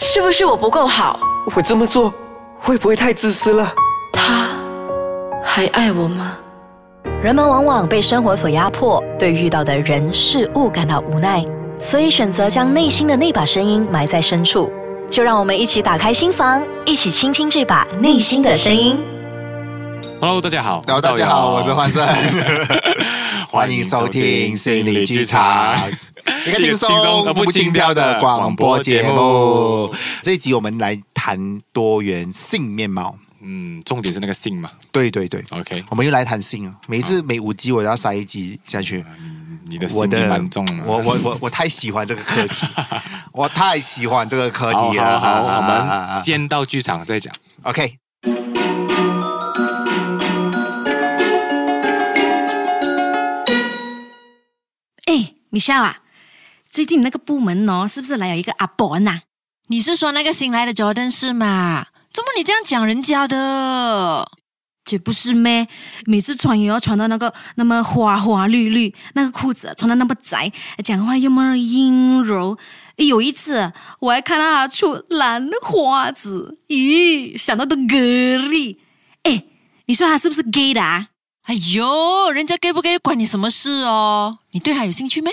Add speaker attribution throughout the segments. Speaker 1: 是不是我不够好？
Speaker 2: 我这么做会不会太自私了？
Speaker 1: 他还爱我吗？
Speaker 3: 人们往往被生活所压迫，对遇到的人事物感到无奈，所以选择将内心的那把声音埋在深处。就让我们一起打开心房，一起倾听这把内心的声音。
Speaker 4: Hello，大家好，
Speaker 5: 然后哦大家好，我是
Speaker 4: 幻，
Speaker 5: 焕 胜，欢迎收听心理剧场。一个轻
Speaker 4: 轻松而
Speaker 5: 松呃
Speaker 4: 不
Speaker 5: 不
Speaker 4: 轻
Speaker 5: 轻
Speaker 4: 佻
Speaker 5: 佻
Speaker 4: 的
Speaker 5: 的
Speaker 4: 广
Speaker 5: 广
Speaker 4: 播
Speaker 5: 播
Speaker 4: 节
Speaker 5: 节
Speaker 4: 目
Speaker 5: 目。这一集我们来谈多元性面貌。
Speaker 4: 嗯，重点是那个姓嘛
Speaker 5: 对对对，
Speaker 4: ，OK，
Speaker 5: 我们又来谈性啊！每一次每五集我都要塞一集下去。
Speaker 4: 你的
Speaker 5: 我
Speaker 4: 心机
Speaker 5: 的
Speaker 4: 蛮重
Speaker 5: 我我我我太喜欢这个课 题，我太喜欢这个课
Speaker 4: 好
Speaker 5: 题
Speaker 4: 好
Speaker 5: 了。
Speaker 4: 好，我
Speaker 5: 啊
Speaker 4: 们先到剧场再讲。
Speaker 5: OK。
Speaker 6: 哎，米笑啊，最近你那个部门哦，是不是来有一个阿伯呐、
Speaker 7: 你是说那个新来的 Jordan 是吗？怎么你这样讲人家的？
Speaker 6: 绝不是咩，每次穿也要穿到那个那么花花绿绿，那个裤子穿的那么窄，讲话又那么阴柔。诶哎有一次我还看到他出兰花指，咦，想到都隔离。哎，你说他是不是 gay 的啊？
Speaker 7: 哎呦，人家 gay 不 gay 关你什么事哦？你对他有兴趣没？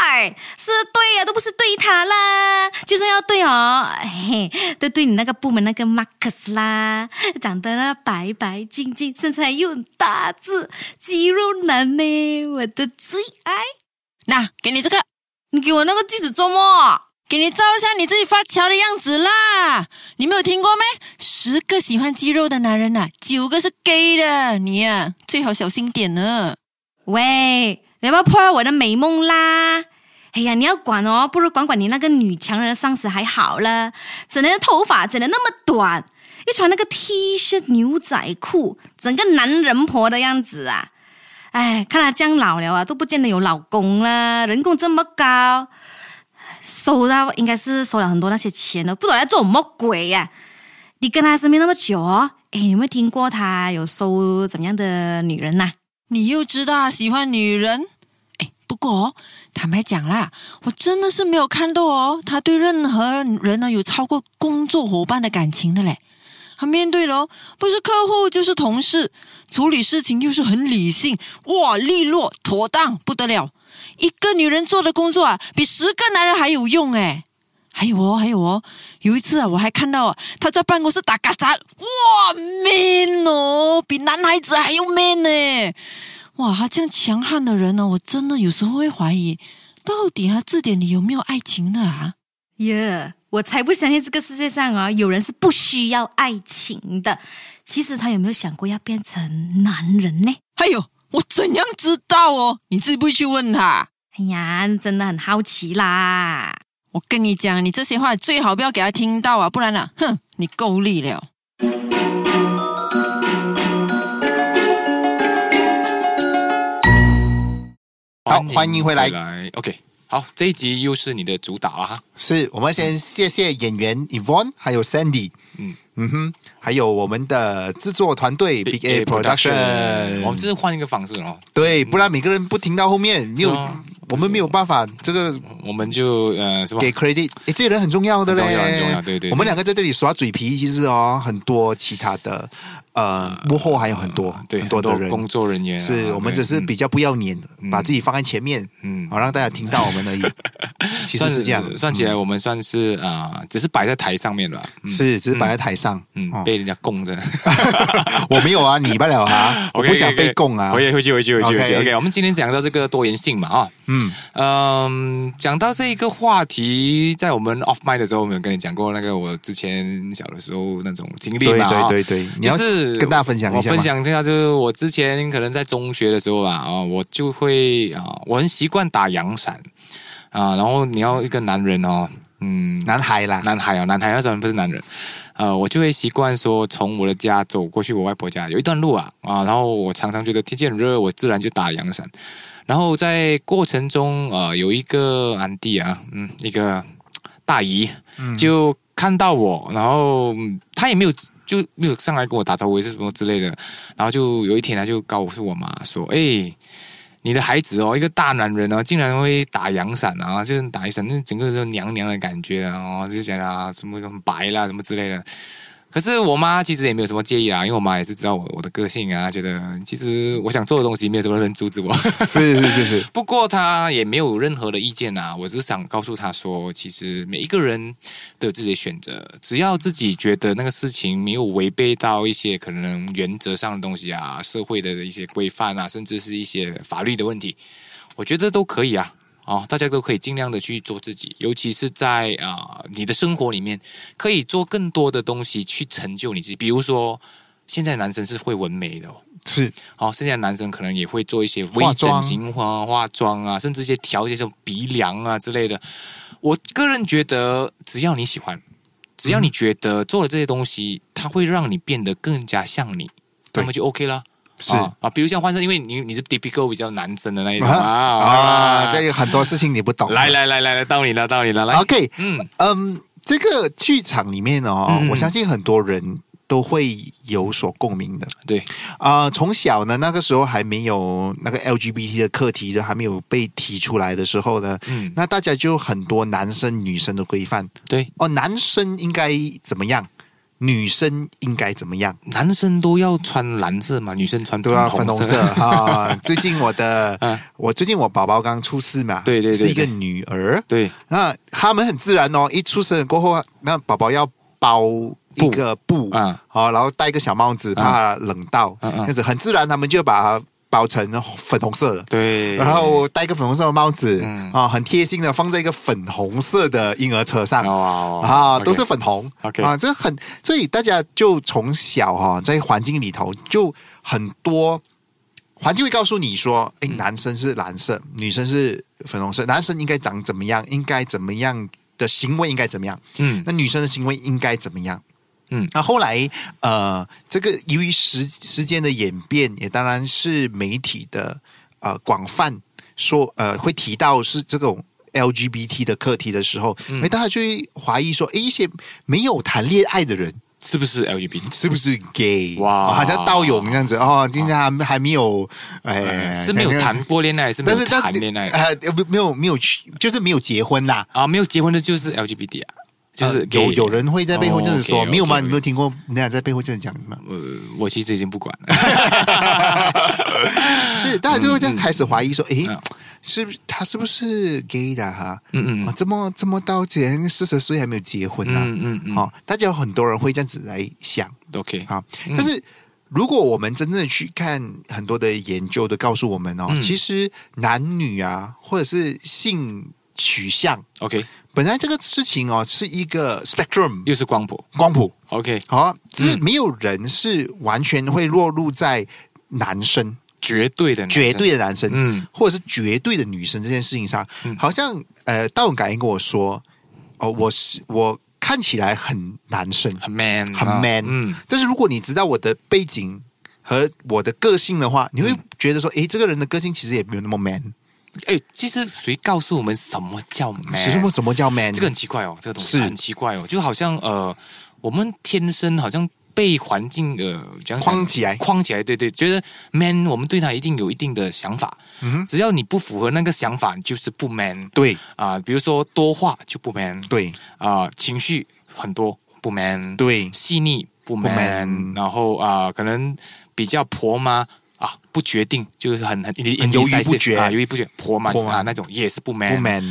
Speaker 6: 哎，是对呀、都不是对他啦，就是要对哦，嘿，对对你那个部门那个 Marcus 啦，长得那白白净净，身材又很大只，肌肉男呢，我的最爱。
Speaker 7: 那给你这个，
Speaker 6: 你给我那个句子做么？
Speaker 7: 给你照一下你自己发条的样子啦。你没有听过没？十个喜欢肌肉的男人呐、啊九个是 gay 的。你呀、最好小心点呢。
Speaker 6: 喂，你要不要破坏我的美梦啦？哎呀，你要管哦，不如管管你那个女强人的上司还好了，整天头发剪得那么短，又穿那个 T 恤牛仔裤，整个男人婆的样子啊！哎，看他这样老了啊，都不见得有老公了，人工这么高，收到应该是收了很多那些钱了，不懂在做什么鬼呀、你跟他身边那么久哦，哎，你有没有听过他有收怎么样的女人呐、
Speaker 7: 你又知道他喜欢女人？哎，不过、哦、坦白讲啦，我真的是没有看到哦，他对任何人呢有超过工作伙伴的感情的嘞。他面对的哦，不是客户就是同事，处理事情又是很理性，哇，利落妥当不得了。一个女人做的工作啊，比十个男人还有用哎。还有哦，还有哦，有一次啊，我还看到啊，他在办公室打嘎杂，哇，man 哦，比男孩子还要 man 呢。哇，他这样强悍的人呢、我真的有时候会怀疑，到底他字典里有没有爱情的啊？
Speaker 6: 耶我才不相信这个世界上啊，有人是不需要爱情的。其实他有没有想过要变成男人呢？
Speaker 7: 还有，哎我怎样知道哦？你自己不会去问他。
Speaker 6: 哎呀，真的很好奇啦。
Speaker 7: 我跟你讲，你这些话最好不要给他听到啊，不然啊，哼，你够力了。
Speaker 5: 好欢迎回来
Speaker 4: 来，OK，好，这一集又是你的主打了哈。
Speaker 5: 是我们先谢谢演员 Yvonne，还有 Sandy，
Speaker 4: 嗯
Speaker 5: 嗯嗯哼，还有我们的制作团队 Big A Production，
Speaker 4: 我们这是换一个方式哦，
Speaker 5: 对，不然每个人不听到后面，没有
Speaker 4: 是啊
Speaker 5: 我们没有办法这个
Speaker 4: 我们就呃是吧？
Speaker 5: 给 credit，哎，这个人很重要的嘞，
Speaker 4: 很重要很重要对对对
Speaker 5: 我们两个在这里耍嘴皮，其实哦，很多其他的呃幕后还有很多
Speaker 4: 啊对
Speaker 5: 很多的人
Speaker 4: 工作人员啊
Speaker 5: 是我们
Speaker 4: 对
Speaker 5: 只是
Speaker 4: 嗯
Speaker 5: 比较不要脸，把自己放在前面，
Speaker 4: 嗯
Speaker 5: 嗯，好让大家听到我们 而已。其实
Speaker 4: 算
Speaker 5: 是这样，嗯
Speaker 4: 算起来我们算是啊，只是摆在台上面了，嗯
Speaker 5: 是只是摆在台上，
Speaker 4: 嗯
Speaker 5: 哦，
Speaker 4: 被人家供着。
Speaker 5: 我没有啊，你不了啊，我
Speaker 4: OK，
Speaker 5: 不想
Speaker 4: OK，OK
Speaker 5: 被供啊
Speaker 4: 回。去回去回去回去回去。
Speaker 5: OK
Speaker 4: OK，我们今天讲到这个多元性嘛，啊，
Speaker 5: 嗯，
Speaker 4: 嗯，讲到这一个话题，在我们 off mic 的时候，我们有跟你讲过那个我之前小的时候那种经历
Speaker 5: 对
Speaker 4: 嘛，啊
Speaker 5: 对对对，你要
Speaker 4: 就是
Speaker 5: 跟大家分享一
Speaker 4: 我
Speaker 5: 下吗
Speaker 4: 分享一下，就是我之前可能在中学的时候吧，啊，我就会啊，我很习惯打阳伞啊，然后你要一个男人哦，嗯，
Speaker 5: 男孩啦，
Speaker 4: 男孩哦，男孩那时候不是男人，呃，我就会习惯说从我的家走过去我外婆家有一段路啊啊，然后我常常觉得天气很热，我自然就打阳伞，然后在过程中呃有一个安迪啊，嗯，一个大姨就看到我，然后嗯她也没有。就没有上来跟我打招呼，也是什么之类的。然后就有一天，她就告诉我妈说：“哎、你你的孩子哦，一个大男人哦，竟然会打阳伞啊，就是打一伞，那整个都娘娘的感觉啊哦，就觉得啊什么很白啦，什么之类的。可是我妈其实也没有什么介意啊，因为我妈也是知道我我的个性啊，觉得其实我想做的东西没有什么人阻止我。
Speaker 5: 是是是 是，
Speaker 4: 不过他也没有任何的意见啊，我只是想告诉他说，其实每一个人都有自己的选择，只要自己觉得那个事情没有违背到一些可能原则上的东西啊、社会的一些规范啊，甚至是一些法律的问题，我觉得都可以啊。哦，大家都可以尽量的去做自己，尤其是在啊、你的生活里面，可以做更多的东西去成就你自己。比如说，现在男生是会纹眉的、哦，
Speaker 5: 是
Speaker 4: 哦，现在男生可能也会做一些微
Speaker 5: 化
Speaker 4: 整
Speaker 5: 妆
Speaker 4: 形啊、化妆啊，甚至一些调一些这种鼻梁啊之类的。我个人觉得，只要你喜欢，只
Speaker 5: 嗯
Speaker 4: 要你觉得做了这些东西，它会让你变得更加像你，那
Speaker 5: 对
Speaker 4: 么就 OK 了。
Speaker 5: 是
Speaker 4: 啊啊，比如像换身，因为你你是 typical 比较男生的那 一种
Speaker 5: 啊
Speaker 4: 啊
Speaker 5: 啊，这
Speaker 4: 个
Speaker 5: 个很多事情你不懂。
Speaker 4: 来来来来来，到你了，到你了，来，
Speaker 5: ，OK，
Speaker 4: 嗯，
Speaker 5: 嗯，这个剧场里面哦，
Speaker 4: 嗯
Speaker 5: 我相信很多人都会有所共鸣的。
Speaker 4: 对，
Speaker 5: 啊、从小呢，那个时候还没有那个 LGBT 的课题的，还没有被提出来的时候呢，
Speaker 4: 嗯，
Speaker 5: 那大家就有很多男生女生的规范
Speaker 4: 对，
Speaker 5: 哦，男生应该怎么样，女生应该怎么样，
Speaker 4: 男生都要穿蓝色嘛，女生穿
Speaker 5: 对吧？粉红
Speaker 4: 红
Speaker 5: 色 啊、最近我的
Speaker 4: 嗯，
Speaker 5: 我最近我宝宝刚出世嘛，
Speaker 4: 对对对
Speaker 5: 是一个
Speaker 4: 对
Speaker 5: 女儿，
Speaker 4: 对，
Speaker 5: 那他们很自然哦，一出生过后，那宝宝要包一个布
Speaker 4: 啊，
Speaker 5: 好、然后戴一个小帽子，怕冷到，
Speaker 4: 嗯嗯
Speaker 5: 这样子很自然，他们就把它包成粉红色的。
Speaker 4: 对，
Speaker 5: 然后戴一个粉红色的帽子，
Speaker 4: 嗯
Speaker 5: 啊，很贴心的放在一个粉红色的婴儿车上，
Speaker 4: 哦
Speaker 5: 啊，
Speaker 4: OK
Speaker 5: 都是粉红
Speaker 4: OK
Speaker 5: 啊，这很，所以大家就从小哈、在环境里头就很多环境会告诉你说，
Speaker 4: 嗯
Speaker 5: 哎，男生是蓝色，女生是粉红色，男生应该长怎么样，应该怎么样的行为应该怎么样，
Speaker 4: 嗯
Speaker 5: 那女生的行为应该怎么样？
Speaker 4: 嗯
Speaker 5: 那后来呃，这个由于时时间的演变，也当然是媒体的呃广泛说呃会提到是这种 LGBT 的课题的时候，
Speaker 4: 嗯
Speaker 5: 哎、大家就会怀疑说，诶，一些没有谈恋爱的人
Speaker 4: 是不是 LGBT？
Speaker 5: 是不是 gay？
Speaker 4: 哇
Speaker 5: 哦好像道友这样子哦，今天还还没有哎、
Speaker 4: 是没有
Speaker 5: 那个
Speaker 4: 谈过恋爱，是没
Speaker 5: 但
Speaker 4: 有
Speaker 5: 是他
Speaker 4: 谈恋爱
Speaker 5: 呃，没没有没有去，就是没有结婚啦。
Speaker 4: 啊，没有结婚的就是 LGBT 啊，就是
Speaker 5: 呃有
Speaker 4: gay
Speaker 5: 有人会在背后这样子
Speaker 4: 哦
Speaker 5: 说，
Speaker 4: ，OK，
Speaker 5: 没有吗？
Speaker 4: OK，OK
Speaker 5: 你没有听过人家在背后这样讲你吗？
Speaker 4: 呃，我其实已经不管了，
Speaker 5: 是，大家就会这样啊开始怀疑说，诶，
Speaker 4: 嗯
Speaker 5: 是不是他是不是 gay 的哈？
Speaker 4: 嗯嗯
Speaker 5: 啊，这么这么到前四十岁还没有结婚呢、
Speaker 4: 嗯嗯嗯
Speaker 5: 哦，大家有很多人会这样子来想
Speaker 4: ，OK，
Speaker 5: 啊，但是。如果我们真正的去看很多的研究的告诉我们哦，
Speaker 4: 嗯
Speaker 5: 其实男女啊，或者是性取向，
Speaker 4: ，OK，
Speaker 5: 本来这个事情哦是一个 spectrum
Speaker 4: 又是光谱
Speaker 5: 光谱，
Speaker 4: ，OK，
Speaker 5: 好、就是
Speaker 4: 嗯
Speaker 5: 没有人是完全会落入在男生、
Speaker 4: 绝对的，
Speaker 5: 绝对，的男生，
Speaker 4: 嗯
Speaker 5: 或者是绝对的女生这件事情上，好像呃，道勇感应跟我说，哦，我是我看起来很男生，
Speaker 4: 很 man，
Speaker 5: 很
Speaker 4: 啊
Speaker 5: man，、
Speaker 4: 嗯，
Speaker 5: 但是如果你知道我的背景和我的个性的话，你
Speaker 4: 嗯
Speaker 5: 会觉得说，诶，这个人的个性其实也没有那么 man，
Speaker 4: 哎，其实谁告诉我们什么叫 man？
Speaker 5: 其实我怎么叫 man？
Speaker 4: 这个很奇怪哦，这个东西
Speaker 5: 是
Speaker 4: 很奇怪哦，就好像呃，我们天生好像被环境呃这样讲
Speaker 5: 框起来
Speaker 4: 框起来，对对，觉得 man，我们对他一定有一定的想法，只要你不符合那个想法，你就是不 man
Speaker 5: 嗯对
Speaker 4: 啊、比如说多话就不 man，
Speaker 5: 对
Speaker 4: 啊、情绪很多不 man，，
Speaker 5: 对，
Speaker 4: 细腻不 man，,
Speaker 5: man
Speaker 4: 然后啊、可能比较婆妈。啊，不决定就是很很很
Speaker 5: 犹豫不决
Speaker 4: 啊，犹豫不决，婆妈
Speaker 5: 婆妈
Speaker 4: 啊那种也是不 man，
Speaker 5: 不 man。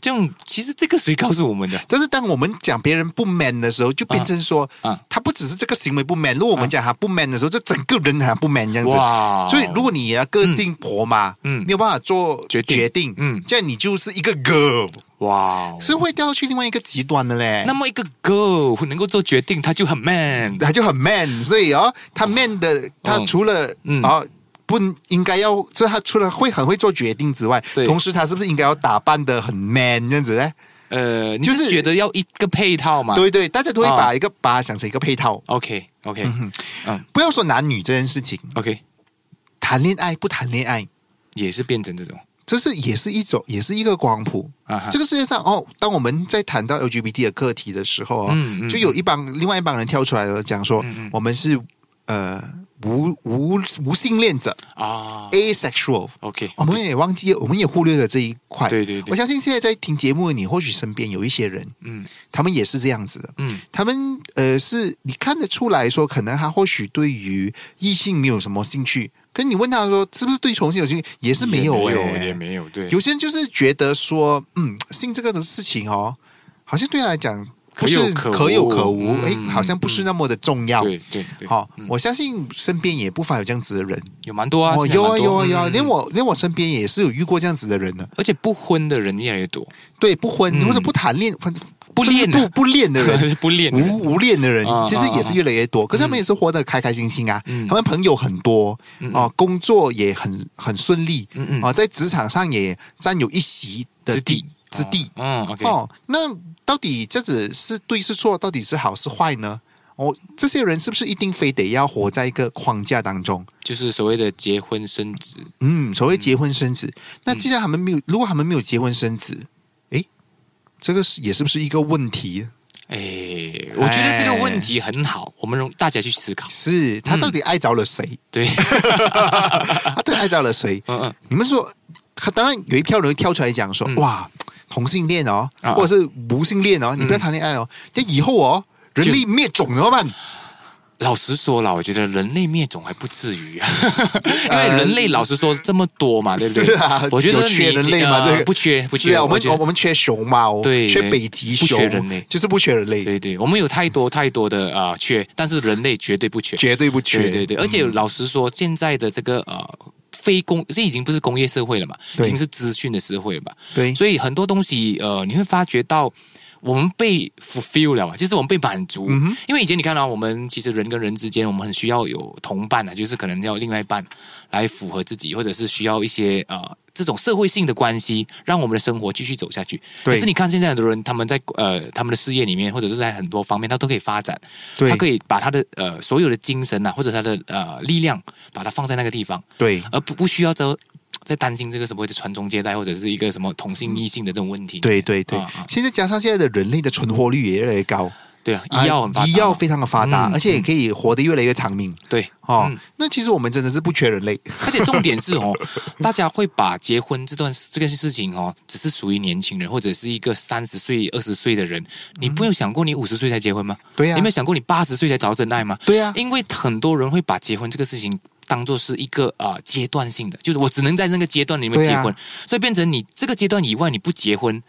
Speaker 4: 这种其实这个谁告诉我们的？
Speaker 5: 但是当我们讲别人不 man 的时候，就变成说，
Speaker 4: 啊啊
Speaker 5: 他不只是这个行为不 man，如果我们讲他不 man 的时候，就整个人还不 man 这样子。
Speaker 4: 哇
Speaker 5: 所以如果你的个性婆嘛，
Speaker 4: 嗯
Speaker 5: 没有办法做
Speaker 4: 决定嗯
Speaker 5: 嗯，这样你就是一个 girl，
Speaker 4: 哇哦，
Speaker 5: 是会掉去另外一个极端的嘞。
Speaker 4: 那么一个 girl 能够做决定，他就
Speaker 5: 嗯
Speaker 4: 很 man。
Speaker 5: 他就很 man，所以哦，他 man 的，他除了
Speaker 4: 嗯
Speaker 5: 哦。不应该要，这他除了会很会做决定之外，
Speaker 4: 对
Speaker 5: 同时他是不是应该要打扮的很 man 这样子呢？
Speaker 4: 呃，你
Speaker 5: 就是
Speaker 4: 是觉得要一个配套嘛？
Speaker 5: 对对，大家都会
Speaker 4: 啊
Speaker 5: 把一个、把它想成一个配套。
Speaker 4: ，OK OK
Speaker 5: 嗯不要说男女这件事情，
Speaker 4: OK，
Speaker 5: 谈恋爱不谈恋爱，
Speaker 4: 也是变成这种
Speaker 5: 这是也是一种，也是一个光谱。
Speaker 4: 啊哈，
Speaker 5: 这
Speaker 4: 个
Speaker 5: 个世界上哦，当我们在谈到 LGBT 的课题的时候哦，
Speaker 4: 嗯嗯嗯
Speaker 5: 就有一帮另外一帮人跳出来了，讲说、我们是呃无无无性恋者
Speaker 4: 啊。
Speaker 5: （asexual）。
Speaker 4: OK，
Speaker 5: 哦我们也忘记，我们也忽略了这一块。
Speaker 4: 对对对
Speaker 5: 我相信现在在听节目的你，或许身边有一些人，
Speaker 4: 嗯
Speaker 5: 他们也是这样子的。
Speaker 4: 嗯
Speaker 5: 他们呃，是你看得出来说，可能他或许对于异性没有什么兴趣，可是你问他说是不是对同性有兴趣，也是没
Speaker 4: 也
Speaker 5: 有
Speaker 4: 没
Speaker 5: 哎、
Speaker 4: 有也没有，对，
Speaker 5: 有些人就是觉得说，嗯，性这个的事情哦，好像对他来讲不是
Speaker 4: 可
Speaker 5: 可
Speaker 4: 有
Speaker 5: 有
Speaker 4: 可
Speaker 5: 可
Speaker 4: 无
Speaker 5: 无，哎、
Speaker 4: 嗯
Speaker 5: 好像不是那么的重要。
Speaker 4: 对对对，
Speaker 5: 好、
Speaker 4: 嗯
Speaker 5: 我相信身边也不乏有这样子的人，
Speaker 4: 有蛮多啊，
Speaker 5: 哦，
Speaker 4: 现在
Speaker 5: 有啊
Speaker 4: 蛮多
Speaker 5: 有啊有啊，
Speaker 4: 嗯
Speaker 5: 连我连我身边也是有遇过这样子的人的，
Speaker 4: 而且不婚的人越来越多，
Speaker 5: 对，不婚、
Speaker 4: 嗯
Speaker 5: 或者不谈恋不
Speaker 4: 不恋啊
Speaker 5: 不不恋的人，哦
Speaker 4: 不 恋的人
Speaker 5: 无无恋的人
Speaker 4: 啊，
Speaker 5: 其实也是越来越多，可是他们也是活得开开心心啊
Speaker 4: 嗯，
Speaker 5: 他们朋友很多
Speaker 4: 嗯
Speaker 5: 哦，工作也很很顺利
Speaker 4: 嗯嗯
Speaker 5: 哦，在职场上也占有一席的
Speaker 4: 之地
Speaker 5: 地之地
Speaker 4: 嗯，OK，
Speaker 5: 哦。那到底这子是对是错，到底是好是坏呢？哦，这些人是不是一定非得要活在一个框架当中？
Speaker 4: 就是所谓的结婚生子，
Speaker 5: 嗯，所谓结婚生子，那
Speaker 4: 嗯
Speaker 5: 既然他们没有，如果他们没有结婚生子，诶，这个是也是不是一个问题？
Speaker 4: 哎，我觉得这
Speaker 5: 哎
Speaker 4: 个问题很好，我们容大家去思考，
Speaker 5: 是他到底爱着了谁？
Speaker 4: 对，
Speaker 5: 他到底爱着了谁？
Speaker 4: 嗯嗯，
Speaker 5: 你们说，他当然有一票人会跳出来讲说，
Speaker 4: 嗯
Speaker 5: 哇，同性恋哦，
Speaker 4: 啊嗯
Speaker 5: 或者是无性恋哦，你不要谈恋爱哦，那、以后哦，人类灭种怎么办？
Speaker 4: 老实说啦，我觉得人类灭种还不至于 啊，因为人类老实说这么多嘛，对不对？
Speaker 5: 呃是啊，
Speaker 4: 我觉得
Speaker 5: 有缺
Speaker 4: 你
Speaker 5: 人类吗？
Speaker 4: 呃
Speaker 5: 这个
Speaker 4: 不缺不缺，
Speaker 5: 是啊，我们
Speaker 4: 觉得
Speaker 5: 我们缺熊猫，
Speaker 4: 对
Speaker 5: 缺北极
Speaker 4: 不
Speaker 5: 熊，
Speaker 4: 缺人类
Speaker 5: 就是不缺人类，
Speaker 4: 对对，我们有太多太多的啊、呃缺，但是人类绝对不缺，
Speaker 5: 绝对不缺，嗯
Speaker 4: 对对对，而且老实说，现在的这个呃。非工，这已经不是工业社会了嘛，已
Speaker 5: 对
Speaker 4: 经是资讯的社会了吧？
Speaker 5: 对
Speaker 4: 所以很多东西，呃，你会发觉到我们被 fulfill 了嘛，就是我们被满足。
Speaker 5: 嗯
Speaker 4: 因为以前你看到、啊、我们其实人跟人之间，我们很需要有同伴啊，就是可能要另外一半来符合自己，或者是需要一些呃这种社会性的关系，让我们的生活继续走下去。
Speaker 5: 对
Speaker 4: 可是你看现在很多人，他们在呃他们的事业里面，或者是在很多方面，他都可以发展。
Speaker 5: 对
Speaker 4: 他可以把他的呃所有的精神啊，或者他的呃力量，把它放在那个地方，
Speaker 5: 对
Speaker 4: 而不不需要再再担心这个什么传宗接代或者是一个什么同性异性的这种问题。
Speaker 5: 对对对
Speaker 4: 啊啊，
Speaker 5: 现在加上现在的人类的存活率也越来越高，
Speaker 4: 对啊，
Speaker 5: 啊
Speaker 4: 医药很发达嘛
Speaker 5: 医药非常的发达，
Speaker 4: 嗯
Speaker 5: 而且也可以活得越来越长命
Speaker 4: 对，
Speaker 5: 哦
Speaker 4: 嗯。
Speaker 5: 那其实我们真的是不缺人类，
Speaker 4: 而且重点是哦，大家会把结婚这段这件事情哦，只是属于年轻人或者是一个三十岁、二十岁的人，你没有想过你五十岁才结婚吗？
Speaker 5: 对呀啊
Speaker 4: 你没有想过你八十岁才找真爱吗？
Speaker 5: 对呀啊
Speaker 4: 因为很多人会把结婚这个事情。当做是一个啊、呃阶段性的，就是我只能在那个阶段里面
Speaker 5: 对
Speaker 4: 结
Speaker 5: 啊
Speaker 4: 婚，所以变成你这个阶段以外你不结婚，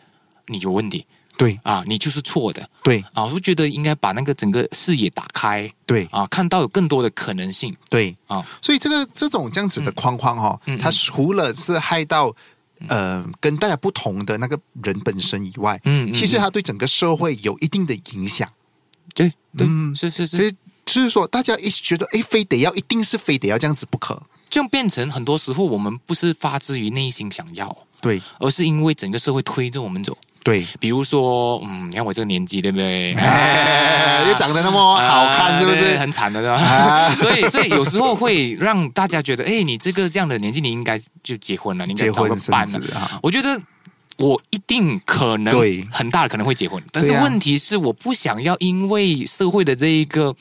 Speaker 4: 你有问题
Speaker 5: 对
Speaker 4: 啊，你就是错的
Speaker 5: 对
Speaker 4: 啊！我就觉得应该把那个整个视野打开
Speaker 5: 对
Speaker 4: 啊，看到有更多的可能性
Speaker 5: 对。
Speaker 4: 啊，
Speaker 5: 所以这个这种这样子的框框哈、
Speaker 4: 嗯嗯嗯
Speaker 5: 它除了是害到呃跟大家不同的那个人本身以外，
Speaker 4: 嗯嗯
Speaker 5: 其实
Speaker 4: 嗯
Speaker 5: 它对整个社会有一定的影响。
Speaker 4: 对对，
Speaker 5: 嗯
Speaker 4: 是是是
Speaker 5: 所，以就是说，大家一觉得哎，非得要一定是非得要这样子不可。
Speaker 4: 这样变成很多时候我们不是发自于内心想要，
Speaker 5: 对
Speaker 4: 而是因为整个社会推着我们走。
Speaker 5: 对，
Speaker 4: 比如说，嗯，你看我这个年纪，对不 对？
Speaker 5: 哎，又长得那么好看，是啊不
Speaker 4: 啊
Speaker 5: 是
Speaker 4: 对？很惨的，对 吧？ 所以，所以有时候会让大家觉得，哎，你这个这样的年纪，你应该就结婚了，你应该
Speaker 5: 结
Speaker 4: 找
Speaker 5: 婚
Speaker 4: 个
Speaker 5: 生
Speaker 4: 伴了。
Speaker 5: 子啊，
Speaker 4: 我觉得我一定可能
Speaker 5: 对
Speaker 4: 很大的可能会结婚，但是
Speaker 5: 对啊
Speaker 4: 问题是我不想要因为社会的这一个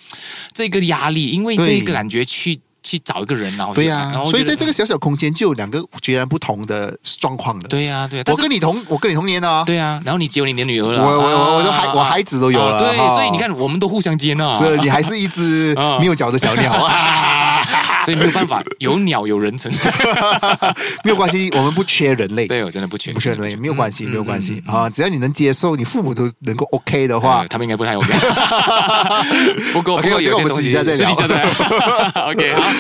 Speaker 4: 这个压力，因为这一个
Speaker 5: 对
Speaker 4: 感觉去去找一个人，然后
Speaker 5: 对
Speaker 4: 呀、
Speaker 5: 呀、
Speaker 4: 哦啊然后
Speaker 5: 所以
Speaker 4: 觉得
Speaker 5: 在这个小小空间就有两个截然不同的状况了。，
Speaker 4: 对呀、对呀、啊但
Speaker 5: 我
Speaker 4: 是
Speaker 5: 跟你同我跟你同年啊，
Speaker 4: 对啊，然后你结婚，你的女儿
Speaker 5: 我
Speaker 4: 了，
Speaker 5: 我我我都
Speaker 4: 啊
Speaker 5: 孩我孩子都有
Speaker 4: 啊
Speaker 5: 了，
Speaker 4: 对，
Speaker 5: 哈
Speaker 4: 所以你，看，我们都互相接纳，
Speaker 5: 这你还是 一只
Speaker 4: 啊
Speaker 5: 没有脚的小鸟啊，
Speaker 4: 所以没有办法，有鸟有人成，
Speaker 5: 没有关系，我们不缺人类，
Speaker 4: 对我真的不缺，
Speaker 5: 不缺人
Speaker 4: 真的
Speaker 5: 类没有关系，
Speaker 4: 嗯
Speaker 5: 没有关
Speaker 4: 嗯
Speaker 5: 系
Speaker 4: 嗯嗯
Speaker 5: 啊，只要你能接受，你父母都能够 OK 的话
Speaker 4: 呃，他们应该不太 OK，不过
Speaker 5: OK，
Speaker 4: 不过有
Speaker 5: 这个我啊
Speaker 4: 些
Speaker 5: 们
Speaker 4: 东西
Speaker 5: 私底下再聊
Speaker 4: 私底下再 聊 OK，好，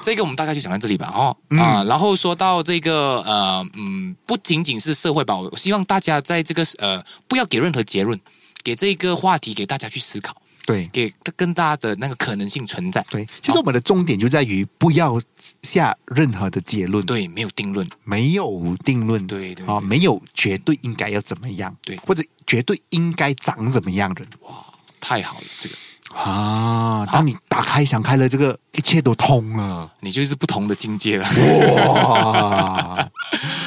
Speaker 4: 这个我们大概就讲到这里吧，哦
Speaker 5: 嗯
Speaker 4: 啊，然后说到这个呃嗯，不仅仅是社会吧，我希望大家在这个呃不要给任何结论，给这个话题给大家去思考，
Speaker 5: 对。
Speaker 4: 给更大的那个可能性存在，
Speaker 5: 对，其实我们的重点就在于不要下任何的结论，
Speaker 4: 对，没有定论，
Speaker 5: 没有定论，
Speaker 4: 对对
Speaker 5: 啊，没有绝对应该要怎么样，
Speaker 4: 对
Speaker 5: 或者绝对应该长怎么样的人
Speaker 4: 太好了，这个。
Speaker 5: 啊。当你打开想开了，这个一切都通了，
Speaker 4: 你就是不同的境界了。
Speaker 5: 哇，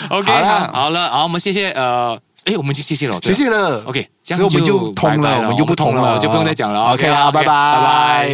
Speaker 4: OK，
Speaker 5: 好啦
Speaker 4: 好好了，好，我们谢谢呃，诶，我们就谢谢了，对 啊
Speaker 5: 谢谢了
Speaker 4: OK，这
Speaker 5: 所以
Speaker 4: 样
Speaker 5: 我们
Speaker 4: 就
Speaker 5: 就通
Speaker 4: 拜拜
Speaker 5: 了，
Speaker 4: 了
Speaker 5: 我们就不通
Speaker 4: 我们通了
Speaker 5: 了，
Speaker 4: 就不用再讲了
Speaker 5: OK
Speaker 4: OK 啦
Speaker 5: 啦，
Speaker 4: ，OK，
Speaker 5: 拜
Speaker 4: 拜拜
Speaker 5: 拜。